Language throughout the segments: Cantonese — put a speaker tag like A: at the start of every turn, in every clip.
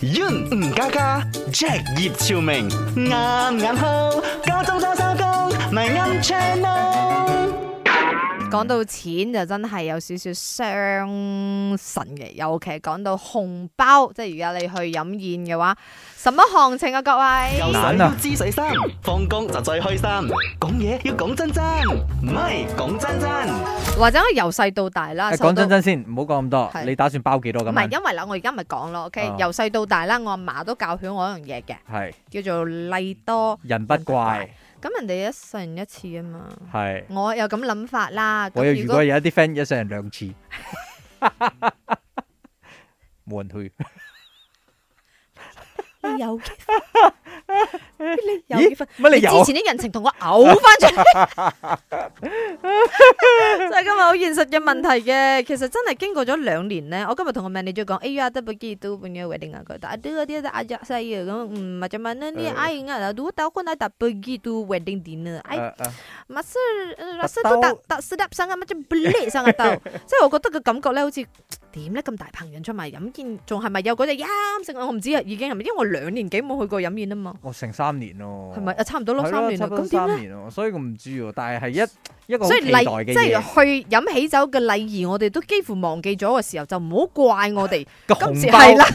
A: Yun 吳家家，Jack 葉朝明，啱啱好，加州揸沙工，咪啱 channel。
B: 嗯
C: 講到錢就真係有少少傷神嘅，尤其係講到紅包，即係如果你去飲宴嘅話，什麼行情啊各
A: 游
C: 位？
A: 水
B: 懶
A: 要
B: 啊
A: 知水深，放工就最開心，講嘢要講真真，唔係講真真。
C: 或者我由細到大啦，
B: 誒
C: 受
B: 講
C: 到
B: 真真先，唔好講咁多
C: 係。
B: 你打算包幾多
C: 唔
B: 咁啊
C: 係？因為啦，我而家咪講咯，OK，
B: 哦
C: 由細到大啦，我阿嫲都教曉我一樣嘢嘅，
B: 係
C: 叫做禮多。
B: 人不怪，
C: 咁人哋一世人一次啊嘛，
B: 係
C: 我有咁諗法啦。
B: 我又
C: 咁
B: 遇
C: 如
B: 過
C: 果
B: 有一啲 friend 一世人兩次， 冇人去。
C: 你 有嘅，你有
B: 咦
C: 嘅分。？
B: 乜你有？
C: 之前啲人情同我嘔翻出嚟， 就係今日啊好現實嘅問題嘅。其實真係經過咗兩年咧，我今日同個 manager 講，哎呀，得不記都半夜 wedding 啊，佢打啲啲阿日西啊，咁嗯，咪就問呢啲哎呀，如果到可能打不記都 wedding dinner，哎，
B: 誒誒
C: 乜事呃乜都打打 s t 生啊，乜就 b l 生啊 鬥，即係我覺得個感覺咧，好似點咧咁大棚人出埋飲宴，仲係咪有嗰只啱性啊？我唔知啊，已經係咪？因為我兩年幾冇去過飲宴啊嘛，
B: 我成三年咯，
C: 係咪啊？差唔多咯，
B: 哦係
C: 三
B: 咯？
C: 年
B: 差
C: 啦，
B: 唔多
C: 咁點
B: 三
C: 咧？
B: 年咯，所以我唔知喎。但係係一一個好
C: 所以
B: 期待
C: 禮
B: 嘅
C: 即
B: 嘢，
C: 係去飲喜酒嘅禮儀，我哋都幾乎忘記咗嘅時候，就唔好怪我 哋。
B: 個
C: 今次
B: 紅
C: 係啦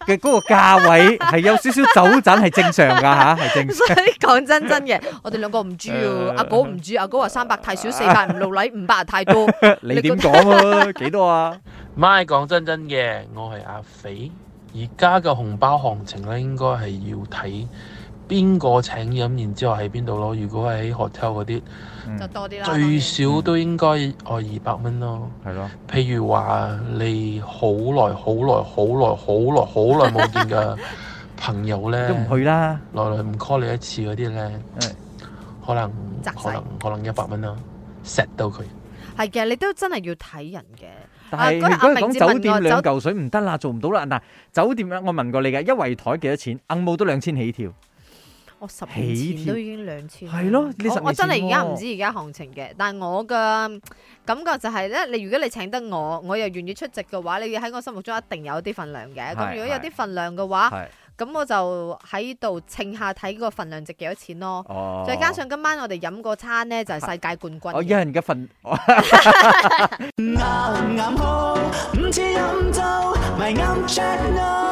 B: 包，嘅嗰個價位係有少少走盞，係正常㗎吓，係正
C: 所以講真真嘅，我哋兩個唔知喎，
B: 誒
C: 阿哥唔知，阿哥話三百太少，四百唔老禮，五百太多。
B: 常。你點講啊？幾多啊？
D: 咪講真真嘅，我係阿肥。而家嘅紅包行情咧，應該係要睇邊個請飲，然之後喺邊度咯。如果係喺 hotel 嗰啲，
B: 嗯
C: 就多啲啦。
D: 最少都應該我二百蚊咯。
B: 係咯，
D: 譬如話你好耐、好耐、好耐、好耐、好耐冇見 嘅朋友咧，
B: 都唔去啦。
D: 來來唔 call 你一次嗰啲咧
B: 係，
D: 可能
C: 窄
D: 可
C: 細
D: 能可能一百蚊啦，set 到佢。
C: 係嘅，你都真係要睇人嘅。
B: 但係
C: 啊嗰日
B: 如果
C: 阿
B: 係
C: 明
B: 講
C: 哲問我
B: 酒店
C: 酒
B: 兩嚿水唔得啦，做唔到啦。嗱，酒店咧，我問過你嘅，一圍台幾多錢？硬冇都兩千起跳。
C: 我十年前都已經兩千，
B: 係咯你十年
C: 我
B: 前
C: 我真係而家
B: 喎
C: 唔知而家行情嘅，但係我嘅嗯感覺就係、咧，你如果你請得我，我又願意出席嘅話，你喺我心目中一定有啲份量嘅。咁
B: 係
C: 如果有
B: 係
C: 啲份量嘅話，
B: 係
C: 咁我就喺度稱下睇個份量值幾多錢咯。
B: 哦
C: 再加上今晚我哋飲嗰餐咧就係世界冠軍
B: 我一
C: 嘅。
B: 人嘅份，
A: 啱啱好，唔似飲酒，咪啱 channel。